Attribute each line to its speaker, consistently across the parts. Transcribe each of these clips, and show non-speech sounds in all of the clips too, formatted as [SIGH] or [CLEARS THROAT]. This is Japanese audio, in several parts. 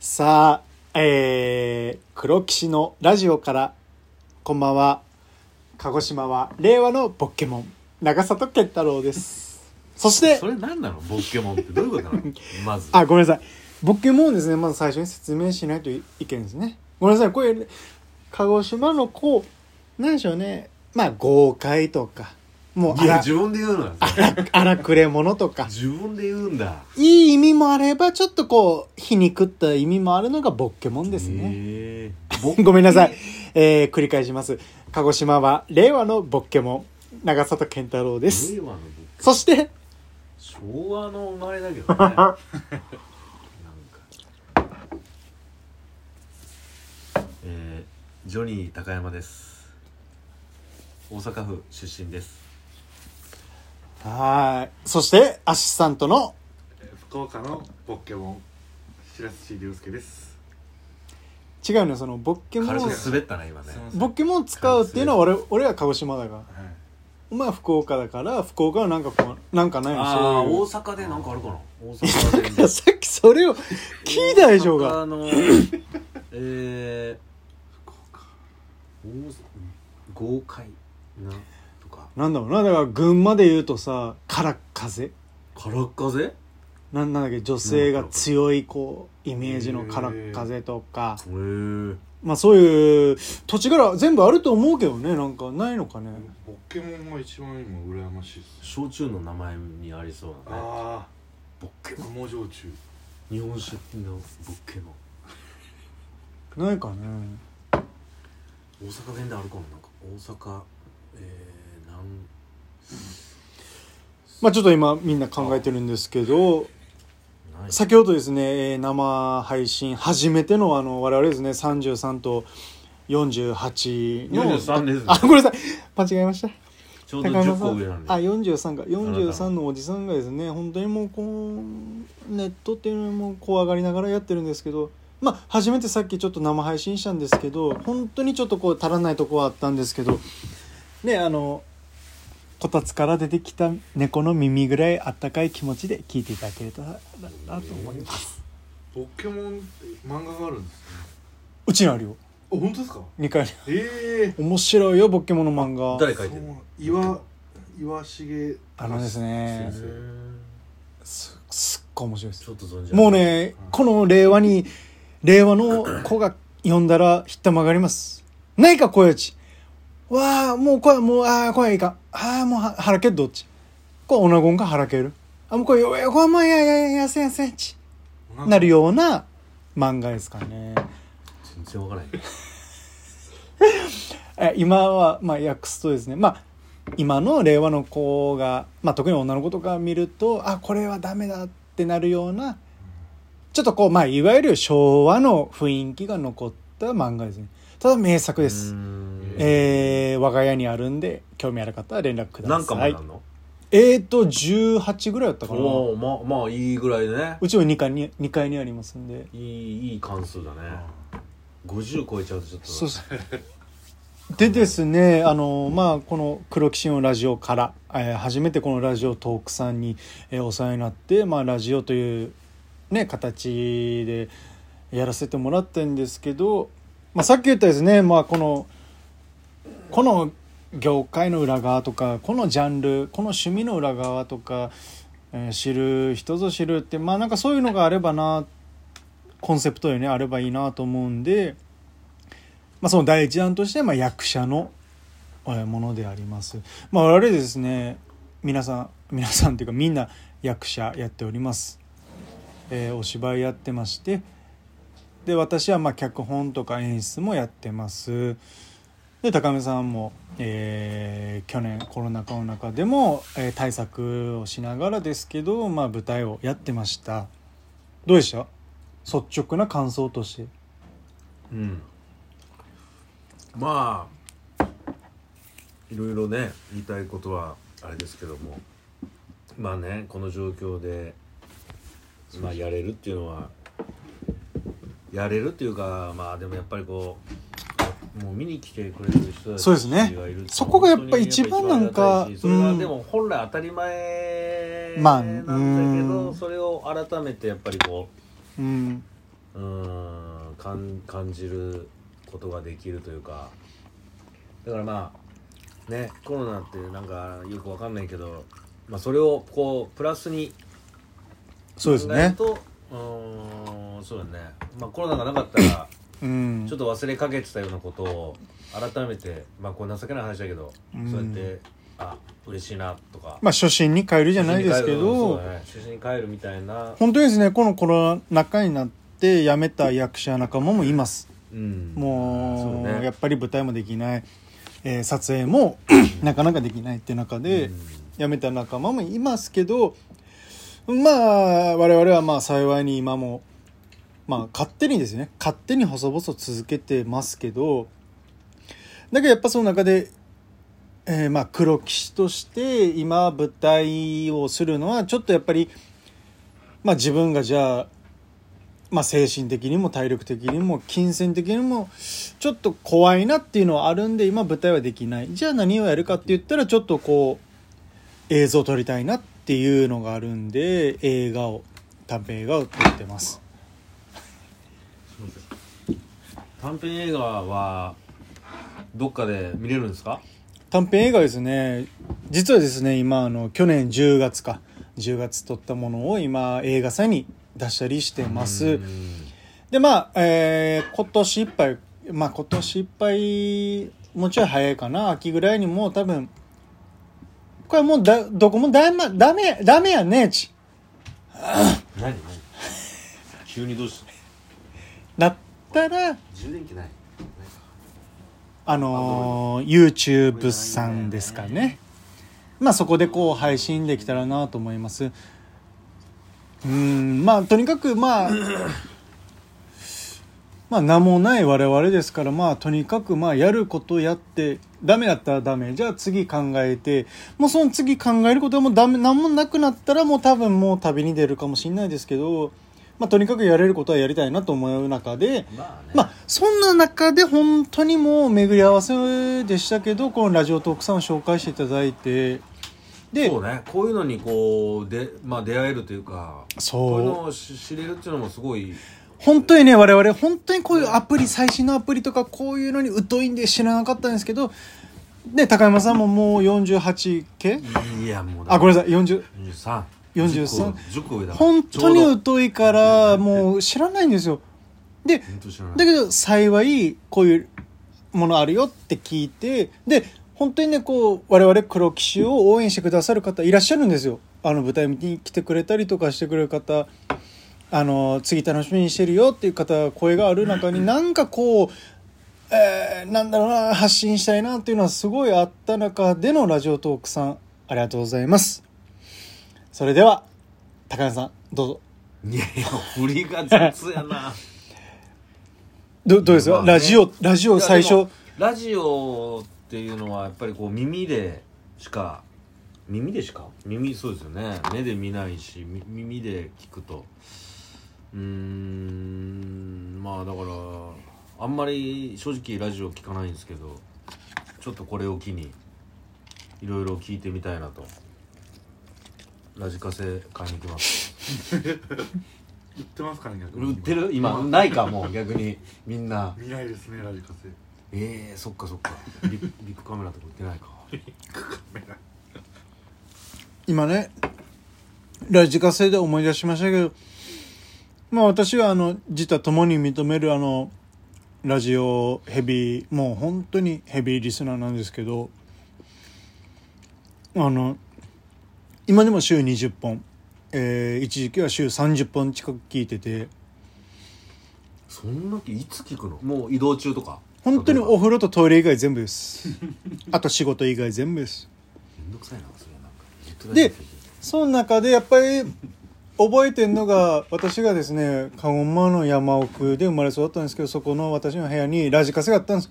Speaker 1: さあ、えー、黒騎士のラジオから、こんばんは。鹿児島は令和のポケモン、長里健太郎です。そして
Speaker 2: そ、れ何なのボッケモンってどういう
Speaker 1: [LAUGHS]
Speaker 2: ことなのまず
Speaker 1: あ、ごめんなさい。ポケモンをですね、まず最初に説明しないといけないですね。ごめんなさい、これ、鹿児島のこう、なんでしょうね、まあ、豪快とか、もう
Speaker 2: いや
Speaker 1: 荒、
Speaker 2: 自分で言うのなんですよ
Speaker 1: [LAUGHS] 荒くれ者とか、
Speaker 2: 自分で言うんだ
Speaker 1: いい意味もあれば、ちょっとこう、皮肉った意味もあるのがポケモンですね。
Speaker 2: ねボ
Speaker 1: [LAUGHS] ごめんなさい。えー、繰り返します。鹿児島は令和のボッケモン、長里健太郎です。
Speaker 2: 令和のボ
Speaker 1: そして、
Speaker 2: 昭和の生まれだけど
Speaker 1: [LAUGHS]
Speaker 2: ねなんかえー、ジョニー高山です大阪府出身です
Speaker 1: はーい。そして、アシスタントの、
Speaker 3: 福岡のポケモン白土龍介です
Speaker 1: 違うね、その、ボッケモン
Speaker 2: 軽
Speaker 1: を
Speaker 2: く、滑ったな今ね
Speaker 3: すいません
Speaker 1: ボッケモンを使うっていうのは俺、俺は鹿児島だから。お前は福岡だから、福岡はなんかこう、なんかないの
Speaker 2: ああ
Speaker 1: そういう
Speaker 2: 大阪でなんかあるかな大阪で
Speaker 1: いや [LAUGHS] さっきそれを聞いたでしょう
Speaker 2: 大
Speaker 1: が。
Speaker 2: 阪のえー、大豪快なとか
Speaker 1: なんだろうな、だから群馬で言うとさ、から風。
Speaker 2: 空っ風へ
Speaker 1: なんなんだっけ、女性が強い、こう、イメージのから風とか。
Speaker 2: えー、
Speaker 1: まあそういう土地柄全部あると思うけどねなんかないのかね
Speaker 3: ポケモンが一番今羨ましいですね
Speaker 2: 焼酎の名前にありそうなね
Speaker 3: あ
Speaker 2: ボッケ
Speaker 3: あ
Speaker 2: モン
Speaker 3: 雲焼酎
Speaker 2: 日本酒のボッケモ
Speaker 1: ないかね
Speaker 2: ン大阪弁であるかもなんか大阪えー、なん
Speaker 1: まあちょっと今みんな考えてるんですけど
Speaker 2: ない
Speaker 1: 先ほどですねえー生配信初めてのあの我々ですね33と48の
Speaker 2: 43です
Speaker 1: あごめんなさい間違えました
Speaker 2: ちょうど
Speaker 1: 高山
Speaker 2: 10
Speaker 1: さ
Speaker 2: 個上なんんで
Speaker 1: あ43か
Speaker 2: あなた
Speaker 1: 43
Speaker 2: は
Speaker 1: のおじさんがですね本当にもうこうネットっていうのも怖がりながらやってるんですけどまあ初めてさっきちょっと生配信したんですけど本当にちょっとこう足らないとこはあったんですけどねあのこたつから出てきた猫の耳ぐらいあったかい気持ちで聞いていただけたらなと思います
Speaker 3: ポケモンって漫画があるんですね
Speaker 1: うちにあるよ
Speaker 3: あ本当ですか
Speaker 1: 2階に
Speaker 3: ええ
Speaker 1: 面白いよボッケモンの漫画
Speaker 2: 誰書いてるの
Speaker 3: 岩岩重
Speaker 1: あのですね
Speaker 3: 先生
Speaker 1: すすっごい面白いです
Speaker 2: ちょっと存じ上げない
Speaker 1: もうね、この令和に、令和の子が呼んだらひったまがります。ないか、声打ち。わあ、もう声、もう、ああ、声いいか。ああ、もうは、腹けどっち。こう、オナゴンが腹ける。あ、もうこれ、よよこはもう、いやいやいや、やせやせんち。
Speaker 3: なんか
Speaker 1: なるような漫画ですかね。
Speaker 2: 全然わからない
Speaker 1: え今は、まあ、訳すとですね、まあ、今の令和の子が、まあ、特に女の子とか見るとあこれはダメだってなるようなちょっとこう、まあ、いわゆる昭和の雰囲気が残った漫画ですねただ名作です、
Speaker 2: え
Speaker 1: えー我が家にあるんで興味ある方は連絡ください
Speaker 2: 何巻もなんの
Speaker 1: えっ、ー、と18ぐらいだったかな
Speaker 2: おおまあまあいいぐらいでね
Speaker 1: うちも2階に2階にありますんで
Speaker 2: いいいい関数だね50超えちゃうとちょっと
Speaker 1: そうそうでですねあのまあこの「黒騎士のラジオ」から、えー初めてこのラジオトークさんに、えーお世話になって、まあ、ラジオという、ね、形でやらせてもらってんですけど、まあ、さっき言ったですね、まあ、このこの業界の裏側とかこのジャンルこの趣味の裏側とか、えー知る人ぞ知るってまあなんかそういうのがあればなコンセプトよねあればいいなと思うんで。まあ、その第一弾として、まあ、役者のえーものであります。まあ、我々ですね皆さん皆さんというかみんな役者やっております。えーお芝居やってましてで私はまあ脚本とか演出もやってます。で高見さんも、えー去年コロナ禍の中でも、えー対策をしながらですけど、まあ、舞台をやってました。どうでした率直な感想として。
Speaker 2: うんまあいろいろね言いたいことはあれですけどもまあねこの状況で、まあ、やれるっていうのはやれるっていうかまあでもやっぱりこうもう見に来てくれる人たちがいる
Speaker 1: そうですねそこがやっぱり一番なんか
Speaker 2: 本当にそれが
Speaker 1: うん
Speaker 2: でも本来当たり前
Speaker 1: まあ
Speaker 2: なんだけど、
Speaker 1: うん
Speaker 2: それを改めてやっぱりこう
Speaker 1: うん、
Speaker 2: うん感感じることができるというかだからまあねコロナってなんかよくわかんないけど、まあ、それをこうプラスに
Speaker 1: そうです
Speaker 2: 考える
Speaker 1: ね
Speaker 2: とうーんそうだね、まあ、コロナがなかったら
Speaker 1: うん
Speaker 2: ちょっと忘れかけてたようなことを改めてまあこれ情けない話だけど、
Speaker 1: うん
Speaker 2: そうやってあ嬉しいなとか
Speaker 1: まあ初心に変えるじゃないですけ
Speaker 2: そう
Speaker 1: ど、
Speaker 2: だね初心に帰るみたいな、
Speaker 1: 本当にですねこのコロナ禍になって辞めた役者仲間もいます
Speaker 2: うん、
Speaker 1: もう
Speaker 2: そね
Speaker 1: やっぱり舞台もできない、えー撮影も [CLEARS THROAT] なかなかできないっていう中で
Speaker 2: うん
Speaker 1: 辞めた仲間もいますけどまあ我々はまあ幸いに今もまあ勝手にですね勝手に細々続けてますけどだけどやっぱその中で、えーまあ黒騎士として今舞台をするのはちょっとやっぱりまあ自分がじゃあまあ、精神的にも体力的にも金銭的にもちょっと怖いなっていうのはあるんで今舞台はできないじゃあ何をやるかって言ったらちょっとこう映像を撮りたいなっていうのがあるんで映画を短編映画を撮ってます
Speaker 2: 短編映画はどっかで見れるんですか
Speaker 1: 短編映画はですね実はですね今あの去年10月か10月撮ったものを今映画祭に出したりしてます、
Speaker 2: うん
Speaker 1: でまあ、えー今年いっぱいまあ今年いっぱいもうちょい早いかな秋ぐらいにもう多分これもうだどこもだまダメダメやねち
Speaker 2: 何何急にどうした
Speaker 1: なったら
Speaker 3: 充電器ない
Speaker 1: あのー YouTube さんですかねまあそこでこう配信できたらなと思いますうんまあとにかくまあ [CLEARS THROAT] まあ名もない我々ですからまあとにかくまあやることやってダメだったらダメじゃあ次考えてもうその次考えることはもうダメ何もなくなったらもう多分もう旅に出るかもしれないですけどまあとにかくやれることはやりたいなと思う中で、
Speaker 2: まあね、
Speaker 1: まあそんな中で本当にもう巡り合わせでしたけどこのラジオトークさんを紹介していただいてで
Speaker 2: そうねこういうのにこうで、まあ、出会えるというか
Speaker 1: そう
Speaker 2: こういうのをし知れるっていうのもすごい
Speaker 1: 本当にね我々本当にこういうアプリ最新のアプリとかこういうのに疎いんで知らなかったんですけどで高山さんももう48系
Speaker 2: いやもう
Speaker 1: あごめんなさい40
Speaker 2: 43
Speaker 1: 43
Speaker 2: 10個上だから
Speaker 1: 本当
Speaker 2: ちょう
Speaker 1: に疎いからもう知らないんですよで
Speaker 2: ど本当知らない
Speaker 1: だけど幸いこういうものあるよって聞いてで本当にねこう我々黒騎士を応援してくださる方いらっしゃるんですよあの舞台見に来てくれたりとかしてくれる方あの次楽しみにしてるよっていう方声がある中になんかこう、えーなんだろうな発信したいなっていうのはすごいあった中でのラジオトークさんありがとうございますそれでは高山さんどうぞ
Speaker 2: いやいや振りが雑やな
Speaker 1: どどうですか、
Speaker 2: まあね
Speaker 1: ラジオラジオ最
Speaker 2: い
Speaker 1: 初
Speaker 2: やでもラジオっていうのはやっぱりこう耳でしか耳でしか耳そうですよね目で見ないしみ耳で聞くとうーんまあだからあんまり正直ラジオ聞かないんですけどちょっとこれを機にいろいろ聞いてみたいなとラジカセ買いに行きます
Speaker 3: 売ってますかね逆に
Speaker 2: 売ってる今ないかもう逆にみんな
Speaker 3: 見ないですねラジカセ
Speaker 2: えー、そっかそっかビップビップカメラとか売ってないか
Speaker 1: 今ねラジカセで思い出しましたけどまあ私はあの自他ともに認めるあのラジオヘビーもう本当にヘビーリスナーなんですけどあの今でも週20本、えー一時期は週30本近く聞いてて
Speaker 2: そんなきいつ聞くのもう移動中とか
Speaker 1: 本当に
Speaker 2: 例えば
Speaker 1: お風呂とトイレ以外全部ですあと仕事以外全部です
Speaker 2: めんどくさいなそれはなんかずっと
Speaker 1: で
Speaker 2: ラジオ聞いてる
Speaker 1: その中でやっぱり覚えてんのが私がですね鹿児島の山奥で生まれ育ったんですけどそこの私の部屋にラジカセがあったんです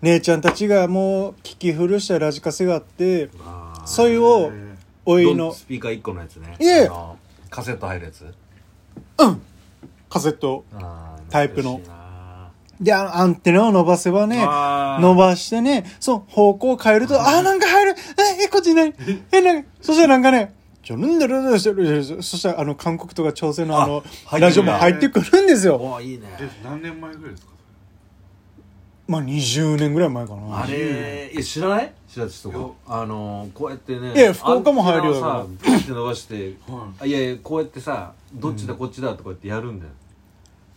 Speaker 1: 姉ちゃんたちがもう聞き古したラジカセがあって
Speaker 2: あー
Speaker 1: それを
Speaker 3: え
Speaker 1: おい
Speaker 2: どん
Speaker 1: の
Speaker 2: スピーカー1個のやつね
Speaker 1: いえ
Speaker 2: あのカセット入るやつ
Speaker 1: カセット
Speaker 2: あー
Speaker 1: タイプの
Speaker 2: 懐かしいな
Speaker 1: であのアンテナを伸ばせばね
Speaker 2: あー
Speaker 1: 伸ばしてねその方向を変えるとあーなんか入るええこっちにないえなんかそしたらなんかねジョルンダルンダルしてるそしたらあの韓国とか朝鮮のあの
Speaker 2: あ入ってくるね
Speaker 1: ラジオも入ってくるんですよ、
Speaker 2: おーいいね
Speaker 3: で何年前ぐらいですか
Speaker 1: まあ20年ぐらい前かな
Speaker 2: あれいや知らない白石と
Speaker 3: いや
Speaker 2: かあのーこうやってね
Speaker 1: いや福岡も入るよ
Speaker 2: アンテナをさピッて伸ばして
Speaker 3: それはい
Speaker 2: あいやいやこうやってさどっちだこっちだとかやってやるんだよ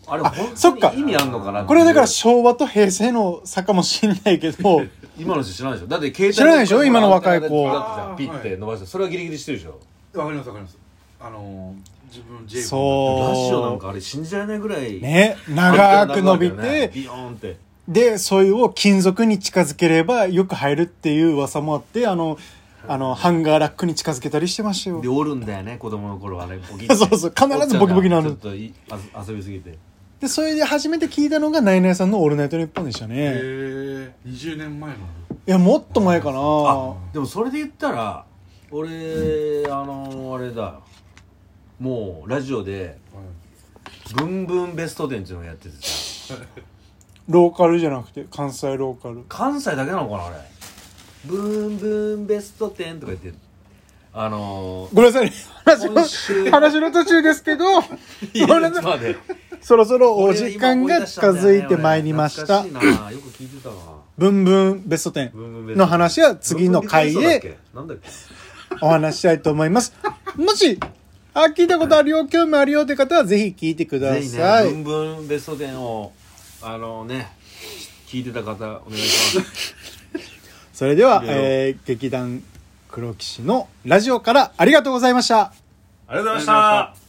Speaker 2: あれ
Speaker 1: そっ
Speaker 2: 本
Speaker 1: か
Speaker 2: 当に意味あんのかなっていう
Speaker 1: これだから昭和と平成の差かもしんないけ
Speaker 2: [LAUGHS]
Speaker 1: ど
Speaker 2: 今の人知らないでしょだって携帯
Speaker 1: 知らないでしょ今の若い子
Speaker 2: だってさピッ
Speaker 3: あーは
Speaker 2: て伸ばしてそれはギリギリしてるでしょ
Speaker 3: わかりますわかりますあのー自分 J
Speaker 1: そう
Speaker 2: ラジオなんかあれ信じられないぐらい
Speaker 1: ね長く伸び
Speaker 2: アンテナがあるんだよ
Speaker 1: て
Speaker 2: ねビヨーンって
Speaker 1: でそういうを金属に近づければよく入るっていう噂もあってあのあのハンガーラックに近づけたりしてましたよ
Speaker 2: で折るんだよね子供の頃あれボキ
Speaker 1: [LAUGHS] そうそう必ずボキボキなる
Speaker 2: ちょっといあず遊びすぎて
Speaker 1: でそれで初めて聞いたのがナイナイさんの「オールナイトニッポン」でした
Speaker 3: へ
Speaker 1: ね
Speaker 3: え20年前の
Speaker 1: いやもっと前かな
Speaker 2: あでもそれで言ったら俺、あのあれだもうラジオで「ブンブンベスト10」っていうのをやっててさ
Speaker 1: ローカルじゃなくて関西ローカル
Speaker 2: 関西だけなのかなあれ「ブンブンベスト10」とか言ってあの
Speaker 1: ごめんなさい話
Speaker 2: 今週
Speaker 1: の話の途中ですけど
Speaker 2: い
Speaker 1: [LAUGHS]
Speaker 2: や
Speaker 1: ごめんなさい
Speaker 2: ちょっと待って
Speaker 1: そろそろお時間が近づいてまいりました
Speaker 2: 懐かしいなよく聞いてたな
Speaker 1: 「ブンブンベスト10
Speaker 2: ブンブンベ」スト
Speaker 1: の話は次の回
Speaker 2: ブンブンベストだっ
Speaker 1: で
Speaker 2: けなんだっけ
Speaker 1: お話ししたいと思いますもしあ聞いたことあるよ興味あるよという方はぜひ聞いてくだ
Speaker 2: ぜひ
Speaker 1: さ
Speaker 2: ね
Speaker 1: い、
Speaker 2: ブンブンベスト10をあのね聞いてた方お願いします、
Speaker 1: それではい
Speaker 2: ろいろ
Speaker 1: えー劇団黒騎士のラジオからありがとうございました
Speaker 2: ありがとうございまし
Speaker 3: ありがとうございましたた